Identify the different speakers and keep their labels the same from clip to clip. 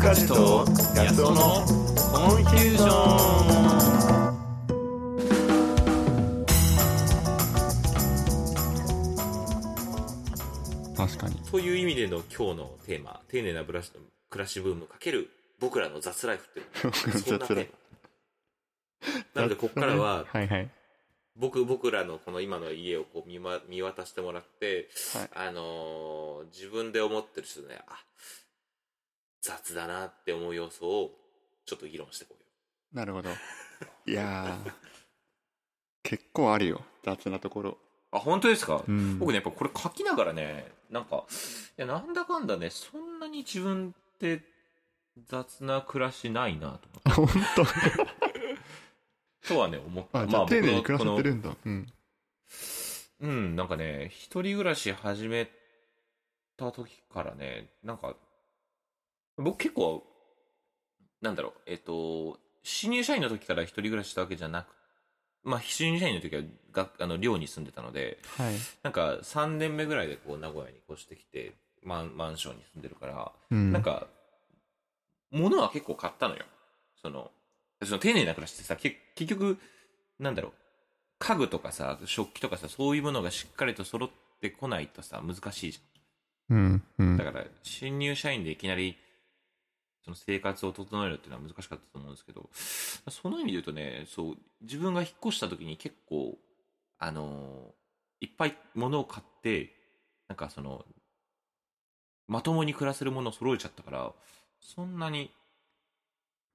Speaker 1: カジと安尾のコンフュージョン
Speaker 2: 確かに。
Speaker 3: という意味での今日のテーマ、丁寧なブラシの暮らしブームかける僕らの雑ライフっていう、そんなテ
Speaker 2: 雑ラ
Speaker 3: ー
Speaker 2: イ
Speaker 3: マ。なので、ここからは、
Speaker 2: はいはい。
Speaker 3: 僕、僕らのこの今の家をこう見,、ま、見渡してもらって、
Speaker 2: はい
Speaker 3: あのー自分で思ってる人ね、あ、雑だなって思う要素を、ちょっと議論してこうよ。
Speaker 2: なるほど。いやー、結構あるよ。雑なところ。
Speaker 3: あ、本当ですか、
Speaker 2: ん
Speaker 3: 僕ね、やっぱこれ書きながらね、なんか、いや、なんだかんだね、そんなに自分って雑な暮らしないなと思って。
Speaker 2: 本当。
Speaker 3: とはね、思った。
Speaker 2: あ、じゃあ
Speaker 3: 僕の
Speaker 2: 丁寧に暮ら
Speaker 3: こ
Speaker 2: せ
Speaker 3: の
Speaker 2: てるんだ。うん。
Speaker 3: うん、なんかね、一人暮らし始めた時からね、なんか、僕結構、なんだろう、えっと、新入社員の時から一人暮らししたわけじゃなく、まあ、新入社員の時はがあの寮に住んでたので、
Speaker 2: はい。
Speaker 3: なんか3年目ぐらいでこう名古屋に越してきて、マンマンションに住んでるから、
Speaker 2: うん。
Speaker 3: なんか、物は結構買ったのよ。その、その丁寧な暮らしってさ、け結局、なんだろう、家具とかさ、食器とかさ、そういうものがしっかりと揃ってこないとさ、難しいじ
Speaker 2: うん、う
Speaker 3: ゃん。
Speaker 2: ん
Speaker 3: だ。から、新入社員でいきなり、その生活を整えるっていうのは難しかったと思うんですけど、その意味で言うとね、そう、自分が引っ越した時に結構、あのーいっぱい物を買って、なんかその、まともに暮らせるものを揃えちゃったから、そんなに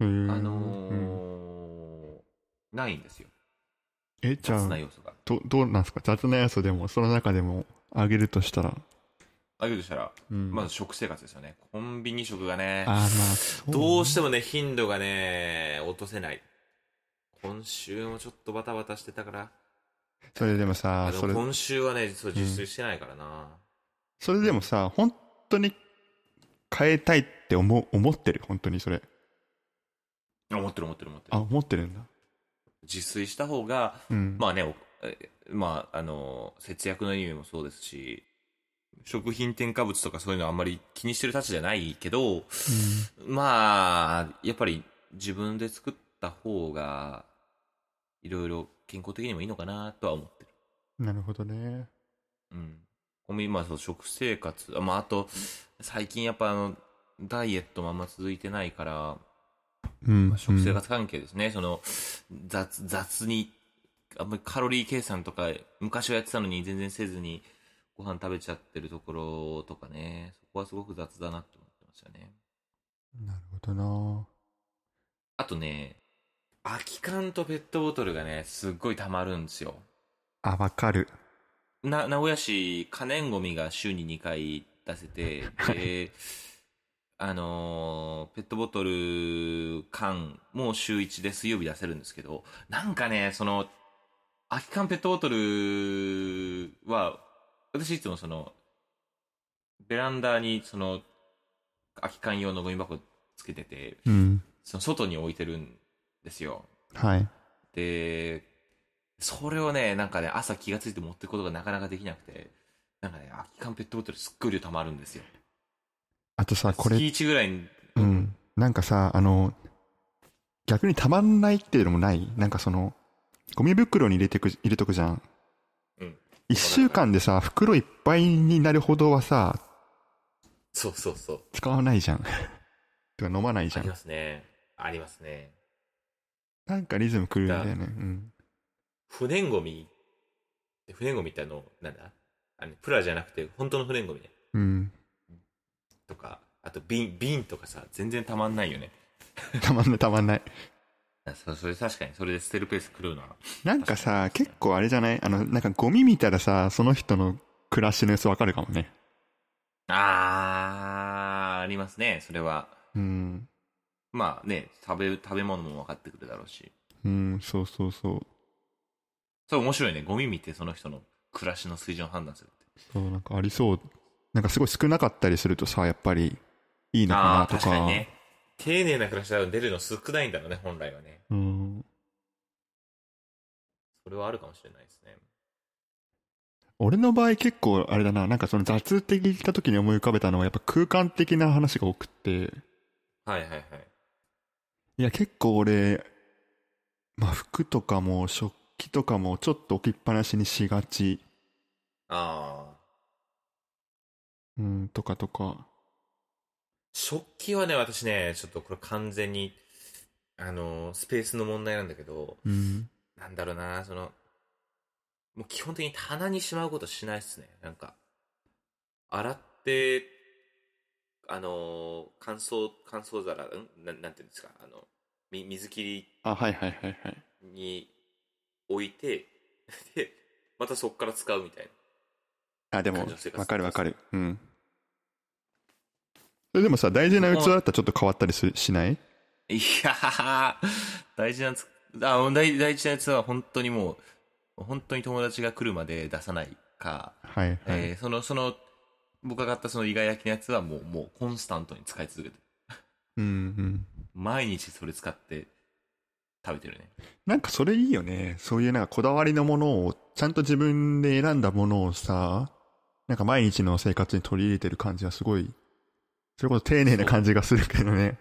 Speaker 2: あ
Speaker 3: あ
Speaker 2: うん、
Speaker 3: のー、ないんですよ。
Speaker 2: え、じゃ
Speaker 3: 雑
Speaker 2: あ
Speaker 3: な、要素が。
Speaker 2: ど、どうなんですか雑な要素でも、その中でも、あげるとしたら。
Speaker 3: あげるとしたら、
Speaker 2: うん。
Speaker 3: まず食生活ですよね。コンビニ食がね、
Speaker 2: あー、まあ、そ
Speaker 3: どうしてもね、頻度がね、落とせない。今週もちょっとバタバタしてたから。
Speaker 2: それでもさ
Speaker 3: あ、
Speaker 2: そ
Speaker 3: の
Speaker 2: れ、
Speaker 3: 今週はね、そう、自炊してないからな。
Speaker 2: それでもさ、本当に変えたいって思う、思ってる、本当にそれ。
Speaker 3: あ思ってる思ってる思って
Speaker 2: あ、
Speaker 3: る。
Speaker 2: 思ってるんだ。
Speaker 3: 自炊した方が、
Speaker 2: うん。
Speaker 3: まあね、おえまあ、あの、節約の意味もそうですし、食品添加物とかそういうのはあんまり気にしてるたちじゃないけど、まあ、やっぱり自分で作った方が、いろいろ健康的にもいいのかなとは思ってる。
Speaker 2: うん。なるほどね。
Speaker 3: うん。コンビニ、まあそう、食生活、あまああと、最近やっぱあの、ダイエットもあんま続いてないから、
Speaker 2: うん
Speaker 3: まあ、食生活関係ですね、その雑雑にあんまりカロリー計算とか昔はやってたのに全然せずにご飯食べちゃってるところとかねそこはすごく雑だなって思ってましたね
Speaker 2: うんなるほどな。
Speaker 3: あとね空き缶とペットボトルがねすっごい溜まるんですよ
Speaker 2: あ、わかる。
Speaker 3: な名古屋市可燃ごみが週に2回出せ てであのーペットボトル缶も週1で水曜日出せるんですけどなんかねその空き缶ペットボトルは私いつもそのベランダにその空き缶用のゴミ箱つけてて
Speaker 2: うん。
Speaker 3: その外に置いてるんですよ
Speaker 2: はい。
Speaker 3: で、それをね、なんかね、朝気がついて持っていくことがなかなかできなくて、なんかね、空き缶ペットボトルすっごい量溜まるんですよ。
Speaker 2: あとさ、こ
Speaker 3: 月
Speaker 2: れ、
Speaker 3: 1ぐらいに、
Speaker 2: うん。なんかさ、あの、逆にたまんないっていうのもないなんかその、ゴミ袋に入れてく、入れとくじゃん。
Speaker 3: うん
Speaker 2: 一週間でさ、袋いっぱいになるほどはさ、
Speaker 3: そうそうそう。
Speaker 2: 使わないじゃん。 てか飲まないじ
Speaker 3: あ
Speaker 2: ゃ
Speaker 3: り
Speaker 2: ん
Speaker 3: ま。すね。ありますね。
Speaker 2: なんかリズム狂うんだよね。うん。
Speaker 3: 不燃ゴミ。不燃ゴミってあの、なんだあの、プラじゃなくて、本当の不燃ゴミね。
Speaker 2: うん。
Speaker 3: とか、あと瓶、瓶とかさ、全然溜まんないよね。
Speaker 2: たまんない、たまんない。
Speaker 3: あそそれ確かに、それで捨てるペース狂うな。
Speaker 2: なんかさ、結構あれじゃないあの、なんかゴミ見たらさ、その人の暮らしの様子わかるかもね。
Speaker 3: あー、ありますね、それは。
Speaker 2: うん。
Speaker 3: まあね、食べ、食べ物も分かってくるだろうし。
Speaker 2: うん、そうそうそう。
Speaker 3: そう面白いね。ゴミ見てその人の暮らしの水準を判断するって。
Speaker 2: そう、なんかありそう。なんかすごい少なかったりするとさ、やっぱりいいの
Speaker 3: あ
Speaker 2: か
Speaker 3: あ、
Speaker 2: なと
Speaker 3: 確
Speaker 2: か。
Speaker 3: かにね。丁寧な暮らしだと出るの少ないんだろうね、本来はね。
Speaker 2: うん。
Speaker 3: それはあるかもしれないですね。
Speaker 2: 俺の場合結構あれだな、なんかその雑って聞いた時に思い浮かべたのはやっぱ空間的な話が多くって、
Speaker 3: はいはいはい。
Speaker 2: いや、結構俺、まあ服とかも食器とかもちょっと置きっぱなしにしがち、
Speaker 3: ああ。
Speaker 2: うん、とかとか。
Speaker 3: 食器はね、私ね、ちょっとこれ完全に、あのー、スペースの問題なんだけど、
Speaker 2: うん。
Speaker 3: なんだろうな、その、もう基本的に棚にしまうことしないっすね。なんか、洗って、あのー、乾燥、乾燥皿、んななんていうんですか、あの、み水切り
Speaker 2: あ、はいはいはいはい。
Speaker 3: に置いて、 で、またそこから使うみたいな。
Speaker 2: あ、でも
Speaker 3: 感情生、活
Speaker 2: わかるわかる。うん。それでもさ、大事な器だったらちょっと変わったりするしない
Speaker 3: いやー、大事なつ、あ、もう大大事なやつは本当にもう、本当に友達が来るまで出さないか、
Speaker 2: はいはい。
Speaker 3: えーその、その、僕が買ったその意外焼きのやつはもう、もうコンスタントに使い続けて、
Speaker 2: うんうん。
Speaker 3: 毎日それ使って食べてるね。
Speaker 2: なんかそれいいよね。そういうなんかこだわりのものを、ちゃんと自分で選んだものをさ、なんか毎日の生活に取り入れてる感じはすごい、それこそ丁寧な感じがするけどね。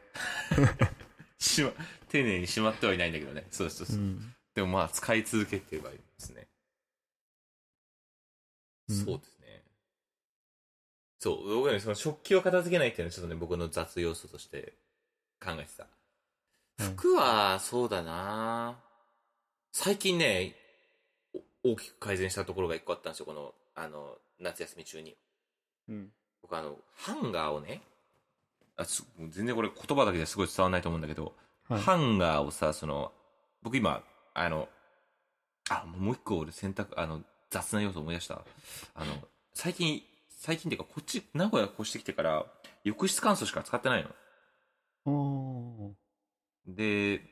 Speaker 3: しま、丁寧にしまってはいないんだけどね。そうそうそう。
Speaker 2: ん。
Speaker 3: でもまあ、使い続けてはいますね。
Speaker 2: うん
Speaker 3: そうですね。そう、僕はね、その食器を片付けないっていうのはちょっとね、僕の雑要素として考えてた。
Speaker 2: うん
Speaker 3: 服は、そうだな最近ね、お大きく改善したところが一個あったんですよ、この、あの、夏休み中に。
Speaker 2: うん。
Speaker 3: 僕あの、ハンガーをね、あ、す全然これ言葉だけですごい伝わらないと思うんだけど、
Speaker 2: はい
Speaker 3: ハンガーをさ、その、僕今、あの、あ、もう一個俺選択、あの、雑な要素思い出した。あの、最近、最近っていうか、こっち、名古屋越してきてから、浴室乾燥しか使ってないの。
Speaker 2: お
Speaker 3: で、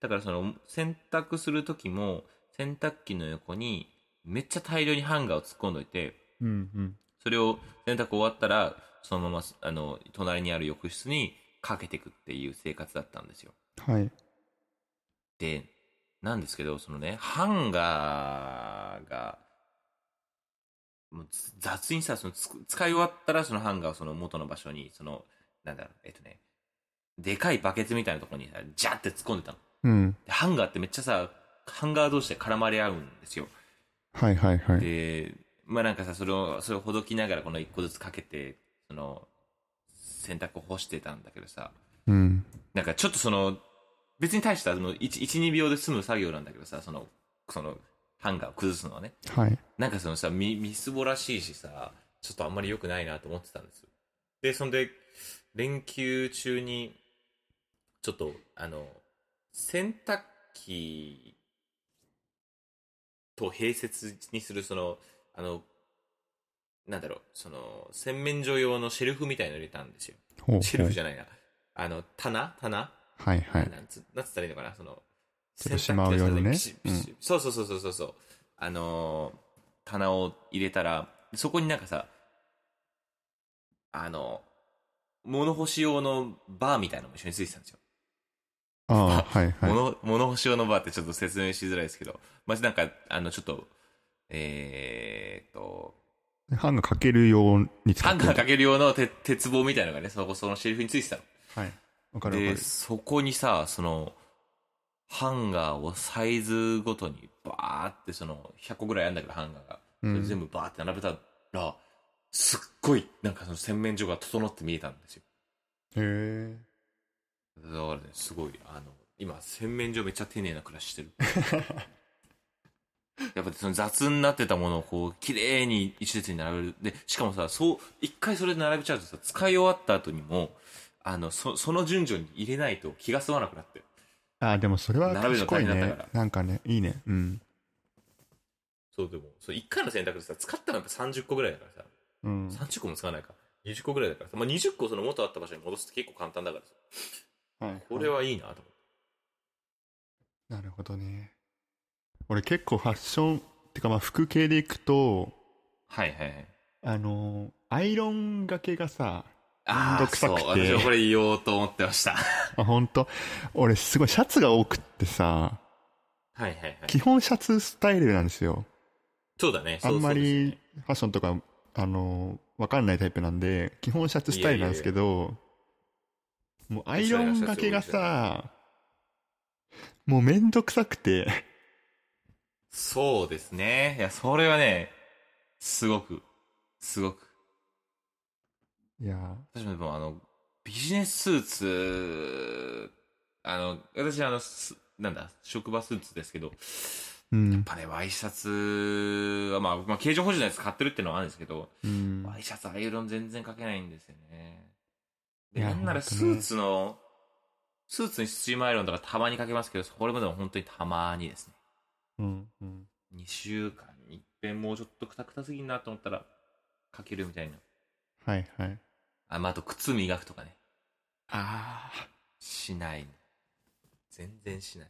Speaker 3: だからその、洗濯する時も、洗濯機の横に、めっちゃ大量にハンガーを突っ込んどいて、
Speaker 2: うんうん。
Speaker 3: それを洗濯終わったら、そのまま、あの、隣にある浴室にかけていくっていう生活だったんですよ。
Speaker 2: はい。
Speaker 3: で、なんですけど、そのね、ハンガーが、もうず雑にさ、そのつく使い終わったらそのハンガーをその元の場所に、その、なんだろう、えっとね、でかいバケツみたいなところにさ、ジャーって突っ込んでたの。
Speaker 2: うん。
Speaker 3: でハンガーってめっちゃさ、ハンガー同士で絡まれ合うんですよ。
Speaker 2: はいはいはい。
Speaker 3: で、まあなんかさ、それを、それをほどきながらこの一個ずつかけて、その、洗濯を干してたんだけどさ、
Speaker 2: うん。
Speaker 3: なんかちょっとその、別に大した、その、1、2秒で済む作業なんだけどさ、その、その、ハンガーを崩すのはね。
Speaker 2: はい。
Speaker 3: なんかそのさ、み、みすぼらしいしさ、ちょっとあんまり良くないなと思ってたんですよ。で、そんで、連休中に、ちょっと、あの、洗濯機と併設にする、その、あの、なんだろう、その、洗面所用のシェルフみたいの入れたんですよ。
Speaker 2: ほうほ
Speaker 3: シェルフ
Speaker 2: う。
Speaker 3: じゃないな。あの、棚棚
Speaker 2: はいはい。
Speaker 3: なんつなんつったらいいのかな、その、
Speaker 2: ちょっとしまうようにね
Speaker 3: 洗濯機の下でピシッピシッそうそうそうそうそうそう。あのー棚を入れたら、そこになんかさ、あの、物干し用のバーみたいなのも一緒についてたんですよ。
Speaker 2: ああ、はいはい。
Speaker 3: 物物干し用のバーってちょっと説明しづらいですけど、まずなんか、あの、ちょっと、えー、っと、
Speaker 2: ハンガーかけるように使
Speaker 3: ハ
Speaker 2: っ
Speaker 3: ン
Speaker 2: て
Speaker 3: ガーか
Speaker 2: る。
Speaker 3: ける用の鉄鉄棒みたいなのがね、そこ、そのシェルフについてたの。
Speaker 2: はい。わかるわか
Speaker 3: で、
Speaker 2: る。
Speaker 3: そこにさ、その、ハンガーをサイズごとにバーってその、100個ぐらいあるんだけど、ハンガーが。それ全部バーって並べたら、すっごい、なんかその洗面所が整って見えたんですよ。
Speaker 2: へ
Speaker 3: だからね、すごい、あの、今、洗面所めっちゃ丁寧な暮らし してる。やっぱその雑になってたものをこう、綺麗に一列に並べる。で、しかもさ、そう、一回それで並べちゃうとさ、使い終わった後にも、あの、そ、その順序に入れないと気が済まなくなって。
Speaker 2: え。ああ、でもそれは賢い
Speaker 3: 並べるの大変だっ
Speaker 2: ね
Speaker 3: たか。
Speaker 2: なんかね、いいね。うん。
Speaker 3: そうでも、そう1回の選択でさ、使ったのやっぱ30個ぐらいだから
Speaker 2: うん。
Speaker 3: さ、30個も使わないか。20個ぐらいだからさ、まあ、20個その元あった場所に戻すって結構簡単だからさ、
Speaker 2: はい
Speaker 3: これはいいなと思って。
Speaker 2: なるほどね。俺結構ファッション、ってかまあ服系でいくと、
Speaker 3: はいはいはい。
Speaker 2: あのーアイロンがけがさ、
Speaker 3: あ
Speaker 2: めんど
Speaker 3: あ、
Speaker 2: くさ
Speaker 3: そう、
Speaker 2: くて
Speaker 3: 私はこれ言おうと思ってました。は
Speaker 2: あ、ほんと、俺すごいシャツが多くってさ、
Speaker 3: いはいはい。
Speaker 2: 基本シャツスタイルなんですよ。
Speaker 3: そうだね、
Speaker 2: あ
Speaker 3: そうん
Speaker 2: ま
Speaker 3: そうです
Speaker 2: り
Speaker 3: ね
Speaker 2: ファッションとか、あのーわかんないタイプなんで、基本シャツスタイルなんですけど、もうアイロン掛けがさ、もうめんどくさくて、
Speaker 3: そうですね。いや、それはね、すごく、すごく。
Speaker 2: いや、
Speaker 3: 私もでもあの、ビジネススーツ、あの、私あの、すなんだ、職場スーツですけど、やっ
Speaker 2: うん。
Speaker 3: ぱね、ワイシャツは、まあ、まあ、形状補助のやつ買ってるってのはあるんですけど、
Speaker 2: うん
Speaker 3: ワイシャツアイロン全然かけないんですよね。
Speaker 2: い
Speaker 3: で、
Speaker 2: や
Speaker 3: なんなら
Speaker 2: ほん
Speaker 3: ス
Speaker 2: とね
Speaker 3: ーツの、スーツにスチームアイロンとかたまにかけますけど、それもでも本当にたまにですね。
Speaker 2: うん。うん。
Speaker 3: 2週間に一遍もうちょっとくたくたすぎんなと思ったら、かけるみたいな。
Speaker 2: はいはい。
Speaker 3: あ、まあ、あと靴磨くとかね。
Speaker 2: ああ。
Speaker 3: しない。全然しない。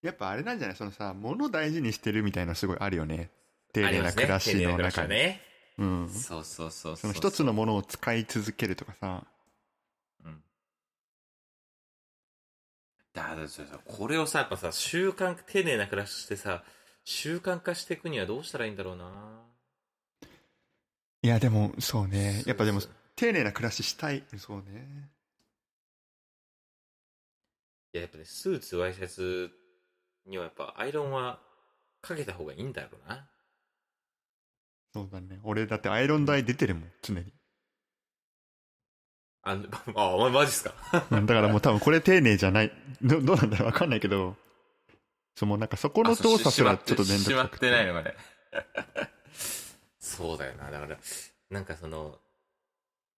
Speaker 2: やっぱあれなんじゃないそのさ、物大事にしてるみたいなのすごいあるよね。丁
Speaker 3: あり
Speaker 2: 寧
Speaker 3: ま
Speaker 2: な
Speaker 3: すね
Speaker 2: 暮らし
Speaker 3: 丁寧な
Speaker 2: の
Speaker 3: 暮らし
Speaker 2: 中
Speaker 3: は
Speaker 2: に。
Speaker 3: ね。
Speaker 2: うん。
Speaker 3: そうそうそう
Speaker 2: そうの一つのものを使い続けるとかさ、
Speaker 3: うんだからそれさこれをさやっぱさ習慣丁寧な暮らししてさ習慣化していくにはどうしたらいいんだろうない
Speaker 2: やでもそうねやっぱでも
Speaker 3: そうそう
Speaker 2: 丁寧な暮らししたいそうね
Speaker 3: いややっぱねスーツワイシャツにはやっぱアイロンはかけた方がいいんだろうな
Speaker 2: そうだね俺だってアイロン台出てるもん常に
Speaker 3: あの あお前マジっすか
Speaker 2: うん だからもう多分これ丁寧じゃないどどうなんだろうわかんないけどそのなんかそこの動作すらちょっと面倒
Speaker 3: し
Speaker 2: く
Speaker 3: ま
Speaker 2: さ
Speaker 3: っ
Speaker 2: く
Speaker 3: てないのかね そうだよなだからなんかその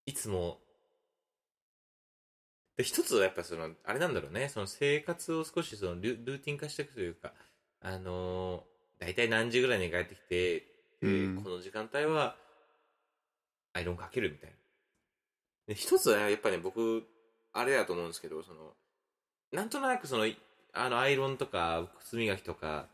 Speaker 3: いつもで一つはやっぱそのあれなんだろうねその生活を少しそのルルーティン化していくというかあのー大体何時ぐらいに帰ってきて、で
Speaker 2: うん
Speaker 3: この時間帯はアイロンかけるみたいなで一つはやっぱね僕あれだと思うんですけどそのなんとなくそのいあのアイロンとか靴磨きとか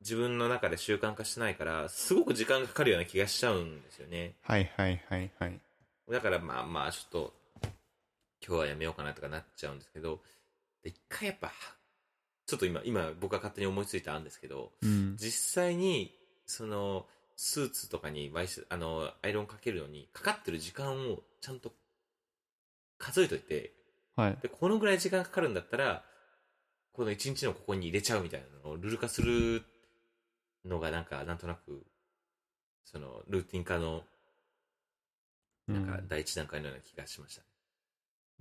Speaker 3: 自分の中で習慣化してないからすごく時間がかかるような気がしちゃうんですよね
Speaker 2: はいはいはいはい
Speaker 3: だからまあまあちょっと今日はやめようかなとかなっちゃうんですけどで一回やっぱちょっと今今僕が勝手に思いついたんですけど
Speaker 2: うん
Speaker 3: 実際にそのスーツとかにワイシャあのアイロンかけるのにかかってる時間をちゃんと数えといて
Speaker 2: はい
Speaker 3: でこのぐらい時間かかるんだったらこの1日のここに入れちゃうみたいなのをルール化するのがなんかなんとなくそのルーティン化の
Speaker 2: う
Speaker 3: なん
Speaker 2: ん
Speaker 3: か
Speaker 2: な
Speaker 3: 第一段階のような気がしました、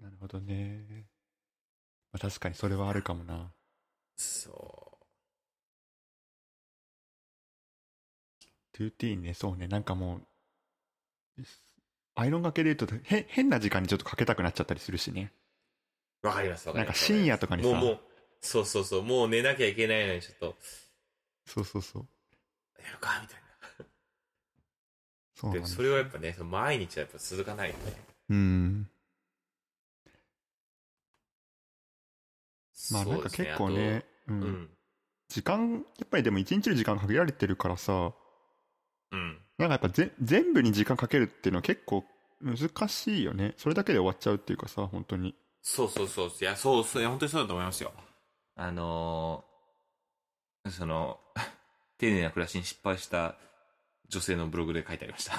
Speaker 2: るほどね、まあ、確かにそれはあるかもな
Speaker 3: そう
Speaker 2: ルーティーンねそうねなんかもうアイロンがけで言うとへ変な時間にちょっとかけたくなっちゃったりするしね
Speaker 3: わかりますわか
Speaker 2: な
Speaker 3: り
Speaker 2: んか
Speaker 3: ます
Speaker 2: 深夜とかにさ
Speaker 3: もうもうそうそうそうもう寝なきゃいけないのにちょっと
Speaker 2: そうそうそう
Speaker 3: やるかみたいな
Speaker 2: そうなん
Speaker 3: で
Speaker 2: で
Speaker 3: も
Speaker 2: す
Speaker 3: それはやっぱねその毎日はやっぱ続かないよね
Speaker 2: うんまあ
Speaker 3: そ
Speaker 2: な
Speaker 3: う
Speaker 2: ん
Speaker 3: で
Speaker 2: か
Speaker 3: す
Speaker 2: 結構ね、う
Speaker 3: あ
Speaker 2: ん
Speaker 3: とうん
Speaker 2: 時間、やっぱりでも一日の時間限られてるからさ、
Speaker 3: うん
Speaker 2: なんかやっぱぜ全部に時間かけるっていうのは結構難しいよね。それだけで終わっちゃうっていうかさ、本当に。
Speaker 3: そうそうそう。いや、そうそう。いや、本当にそうだと思いますよ。あのーその、 丁寧な暮らしに失敗した女性のブログで書いてありま した。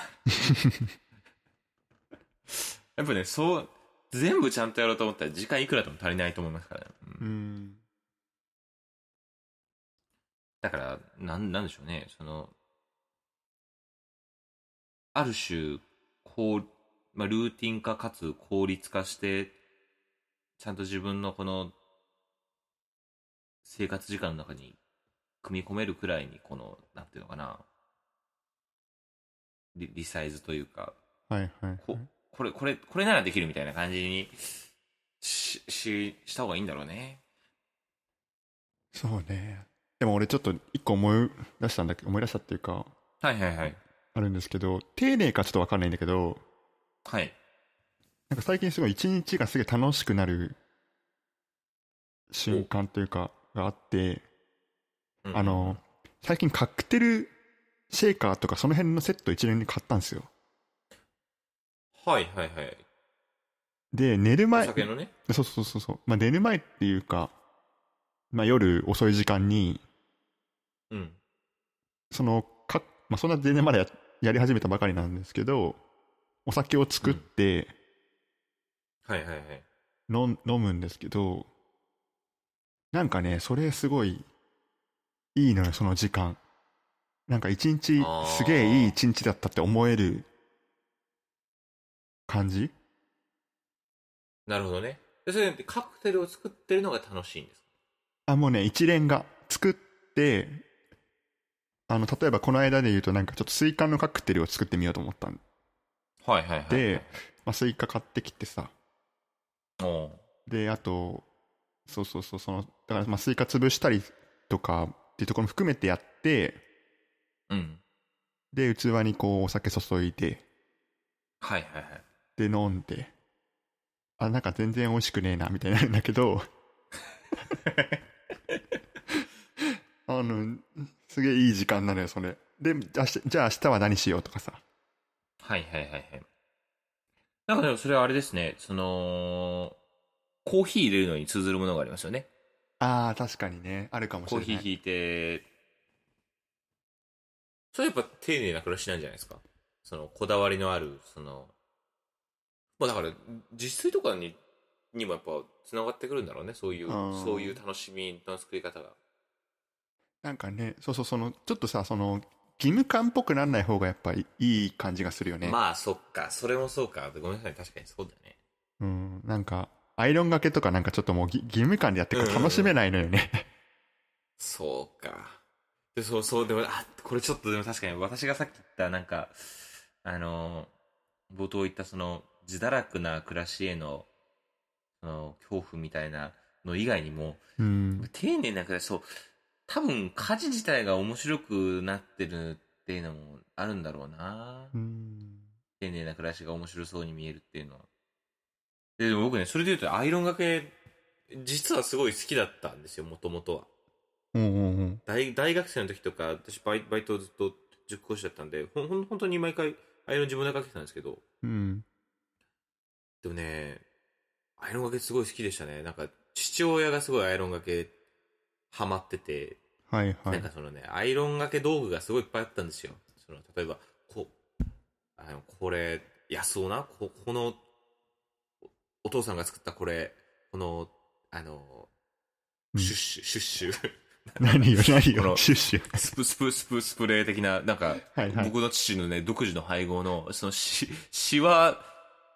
Speaker 3: やっぱね、そう、全部ちゃんとやろうと思ったら時間いくらでも足りないと思いますから、ねうん
Speaker 2: うん。
Speaker 3: だから、なん、なんでしょうね。その、ある種、こう、まあ、ルーティン化かつ効率化して、ちゃんと自分のこの、生活時間の中に組み込めるくらいに、この、なんていうのかな、リリサイズというか、
Speaker 2: はいはい。
Speaker 3: ここれ、これ、これならできるみたいな感じにし、し、した方がいいんだろうね。
Speaker 2: そうね。でも俺ちょっと一個思い出したんだけど、思い出したっていうか、
Speaker 3: はいはいはい。
Speaker 2: あるんですけど、丁寧かちょっとわかんないんだけど、
Speaker 3: はい。
Speaker 2: なんか最近すごい一日がすごい楽しくなる瞬間というか、があって、
Speaker 3: うん
Speaker 2: あ、の、最近カクテルシェイカーとかその辺のセット一連で買ったんですよ。
Speaker 3: はいはいはい。
Speaker 2: で、寝る
Speaker 3: お
Speaker 2: 前、
Speaker 3: 酒のね。
Speaker 2: そうそうそうそう、まあ、寝る前っていうか、まあ、夜遅い時間に、
Speaker 3: うん。
Speaker 2: その、かまあ、そんな全然まだややり始めたばかりなんですけど、お酒を作って、
Speaker 3: はいはいはい。
Speaker 2: 飲ん飲むんですけど、なんかね、それすごいいいのよ、その時間。なんか一日
Speaker 3: あー、
Speaker 2: すげえいい一日だったって思える感じ
Speaker 3: なるほどね。でそれでカクテルを作ってるのが楽しいんですか
Speaker 2: あ、もうね、一連が作って、あの、例えばこの間で言うとなんかちょっとスイカのカクテルを作ってみようと思ったん
Speaker 3: はいはいはい。
Speaker 2: で、まあ、スイカ買ってきてさ、
Speaker 3: おう
Speaker 2: で、あと、そうそうそう、その、だからまあスイカ潰したりとかっていうところも含めてやって、
Speaker 3: うん。
Speaker 2: で、器にこうお酒注いで、
Speaker 3: はいはいはい。
Speaker 2: で飲んで、あ、なんか全然美味しくねえな、みたいになるんだけど、 あの、すげえいい時間なのよ、それ。で、明日じゃあ明日は何しようとかさ。
Speaker 3: はいはいはいはい。なんかでもそれはあれですね、その、コーヒー入れるのに通ずるものがありますよね。
Speaker 2: ああ、確かにね、あるかもし
Speaker 3: コ
Speaker 2: れ
Speaker 3: ー
Speaker 2: ない。
Speaker 3: ヒー引いて、それやっぱ丁寧な暮らしなんじゃないですか。その、こだわりのある、その、まあだから、自炊とかに、にもやっぱ、つながってくるんだろうね。そういう、
Speaker 2: うん
Speaker 3: そういう楽しみの作り方が。
Speaker 2: なんかね、そうそう、その、ちょっとさ、その、義務感っぽくなんない方がやっぱりいい感じがするよね。
Speaker 3: まあ、そっか。それもそうか。ごめんなさい。確かにそうだね。
Speaker 2: うん、なんか、アイロンがけとかなんかちょっともうぎ義務感でやってるから楽しめないのよ ね。
Speaker 3: そうか。で、そうそう、でも、あ、これちょっとでも確かに私がさっき言った、なんか、あの、冒頭言ったその、自堕落な暮らしへの、その、恐怖みたいなの以外にも、
Speaker 2: うん。
Speaker 3: 丁寧な暮らし、そう、多分家事自体が面白くなってるっていうのもあるんだろうな。
Speaker 2: うん。
Speaker 3: 丁寧な暮らしが面白そうに見えるっていうのは。で、でも僕ね、それで言うとアイロンがけ、実はすごい好きだったんですよ、もともとは。
Speaker 2: うんうんうん。
Speaker 3: 大大学生の時とか私バイバイトをずっと塾講師だったんでほんほん本当に毎回アイロン自分でかけてたんですけど
Speaker 2: うん。
Speaker 3: でもねアイロンがけすごい好きでしたねなんか父親がすごいアイロンがけハマってて、
Speaker 2: はいは
Speaker 3: ないんか。そのねアイロンがけ道具がすごいいっぱいあったんですよその例えばこあのこれ安うなここのおお父さんが作ったこれこのあの
Speaker 2: うん
Speaker 3: シュッシュ、シュッシュ
Speaker 2: 何よ何
Speaker 3: こ
Speaker 2: よ
Speaker 3: の
Speaker 2: シュッシュ。
Speaker 3: スプ、スプ、スプ、スプレー的な、なんか、
Speaker 2: はいはい
Speaker 3: 僕の父のね、独自の配合の、そのし、しわ、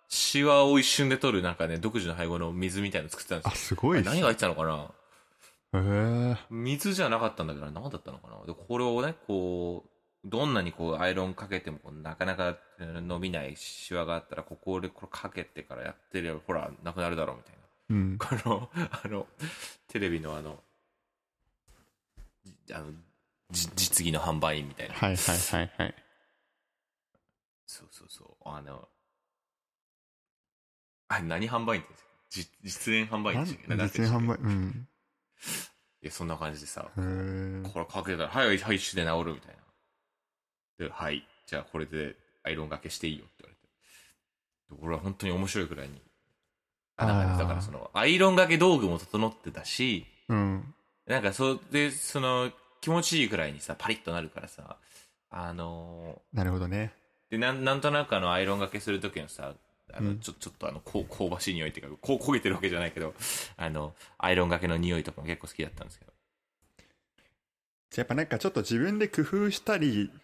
Speaker 3: しわを一瞬で取る、なんかね、独自の配合の水みたいの作ってたんで
Speaker 2: あ、
Speaker 3: すよ。
Speaker 2: すごいっす
Speaker 3: 何が入ってたのかな
Speaker 2: へー
Speaker 3: 水じゃなかったんだけど、何だったのかなで、これをね、こう、どんなにこう、アイロンかけても、こうなかなかえー伸びないシワがあったら、ここでこれかけてからやってれば、ほら、なくなるだろう、みたいな。
Speaker 2: うん。
Speaker 3: この、あの、テレビのあの、じあの、じ実技の販売員みたいな。
Speaker 2: はいはいはいはい。
Speaker 3: そうそうそう。あの、あれ何販売員って言うんですか実実演販売員でしたっけ
Speaker 2: なん
Speaker 3: なんて
Speaker 2: 実
Speaker 3: 言うん
Speaker 2: 演販
Speaker 3: でしたっ
Speaker 2: 売。うん。
Speaker 3: けいや、そんな感じでさ、
Speaker 2: へー
Speaker 3: これかけたら、はい、はい、一瞬で治るみたいな。で、はい、じゃあこれでアイロンがけしていいよって言われて。で俺は本当に面白いくらいに。あなんか
Speaker 2: あ
Speaker 3: ね
Speaker 2: ー
Speaker 3: だからその、アイロンがけ道具も整ってたし、
Speaker 2: うん。
Speaker 3: なんかそう、で、その、気持ちいいくらいにさ、パリッとなるからさ、あのー
Speaker 2: なるほどね。
Speaker 3: でなんなんとなくあのアイロンがけする時のさあの、
Speaker 2: うん
Speaker 3: ちょちょっとあのこう香ばしい匂いっていうかこう焦げてるわけじゃないけどあのアイロンがけの匂いとかも結構好きだったんですけど
Speaker 2: やっぱなんかちょっと自分で工夫したりっ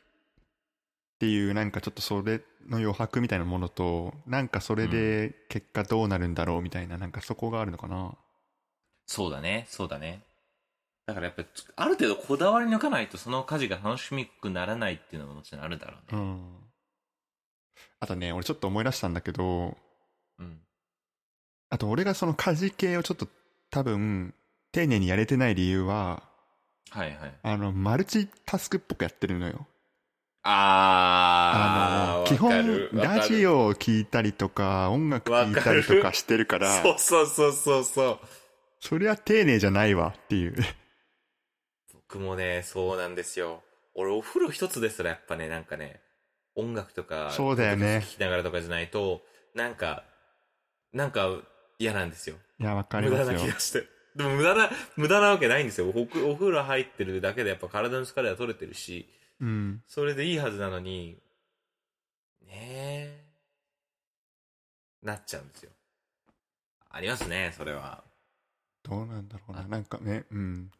Speaker 2: ていうなんかちょっとそれの余白みたいなものと、なんかそれで結果どうなるんだろうみたいな、なんかそこがあるのかな。
Speaker 3: そうだねそうだねだからやっぱつある程度こだわり抜かないとその家事が楽しみくならないっていうのももちろんあるだろう
Speaker 2: う
Speaker 3: ね
Speaker 2: ん。あとね、俺ちょっと思い出したんだけど、
Speaker 3: うん
Speaker 2: あと俺がその家事系をちょっと多分丁寧にやれてない理由は、
Speaker 3: はいはい
Speaker 2: あの、マルチタスクっぽくやってるのよ。あ
Speaker 3: あ
Speaker 2: の、
Speaker 3: ー
Speaker 2: 基
Speaker 3: わか
Speaker 2: 本
Speaker 3: る、わかる
Speaker 2: ラジオを聞いたりとか、音楽聞いたりとかしてるから、
Speaker 3: そうそうそうそうそう
Speaker 2: そりゃ丁寧じゃないわっていう。
Speaker 3: 僕もね、そうなんですよ。俺、お風呂一つですら、やっぱね、なんかね、音楽とか、
Speaker 2: そうだよね
Speaker 3: 聞きながらとかじゃないと、なんか、なんか嫌なんですよ。
Speaker 2: いや、わかり
Speaker 3: 無駄
Speaker 2: ます
Speaker 3: な
Speaker 2: よ
Speaker 3: 気。がして。でも無駄な、無駄なわけないんですよ。お風お風呂入ってるだけでやっぱ体の疲れは取れてるし、
Speaker 2: うん。
Speaker 3: それでいいはずなのに、ねえ、なっちゃうんですよ。ありますね、それは。
Speaker 2: どうなんだろうな。なんかね、うん。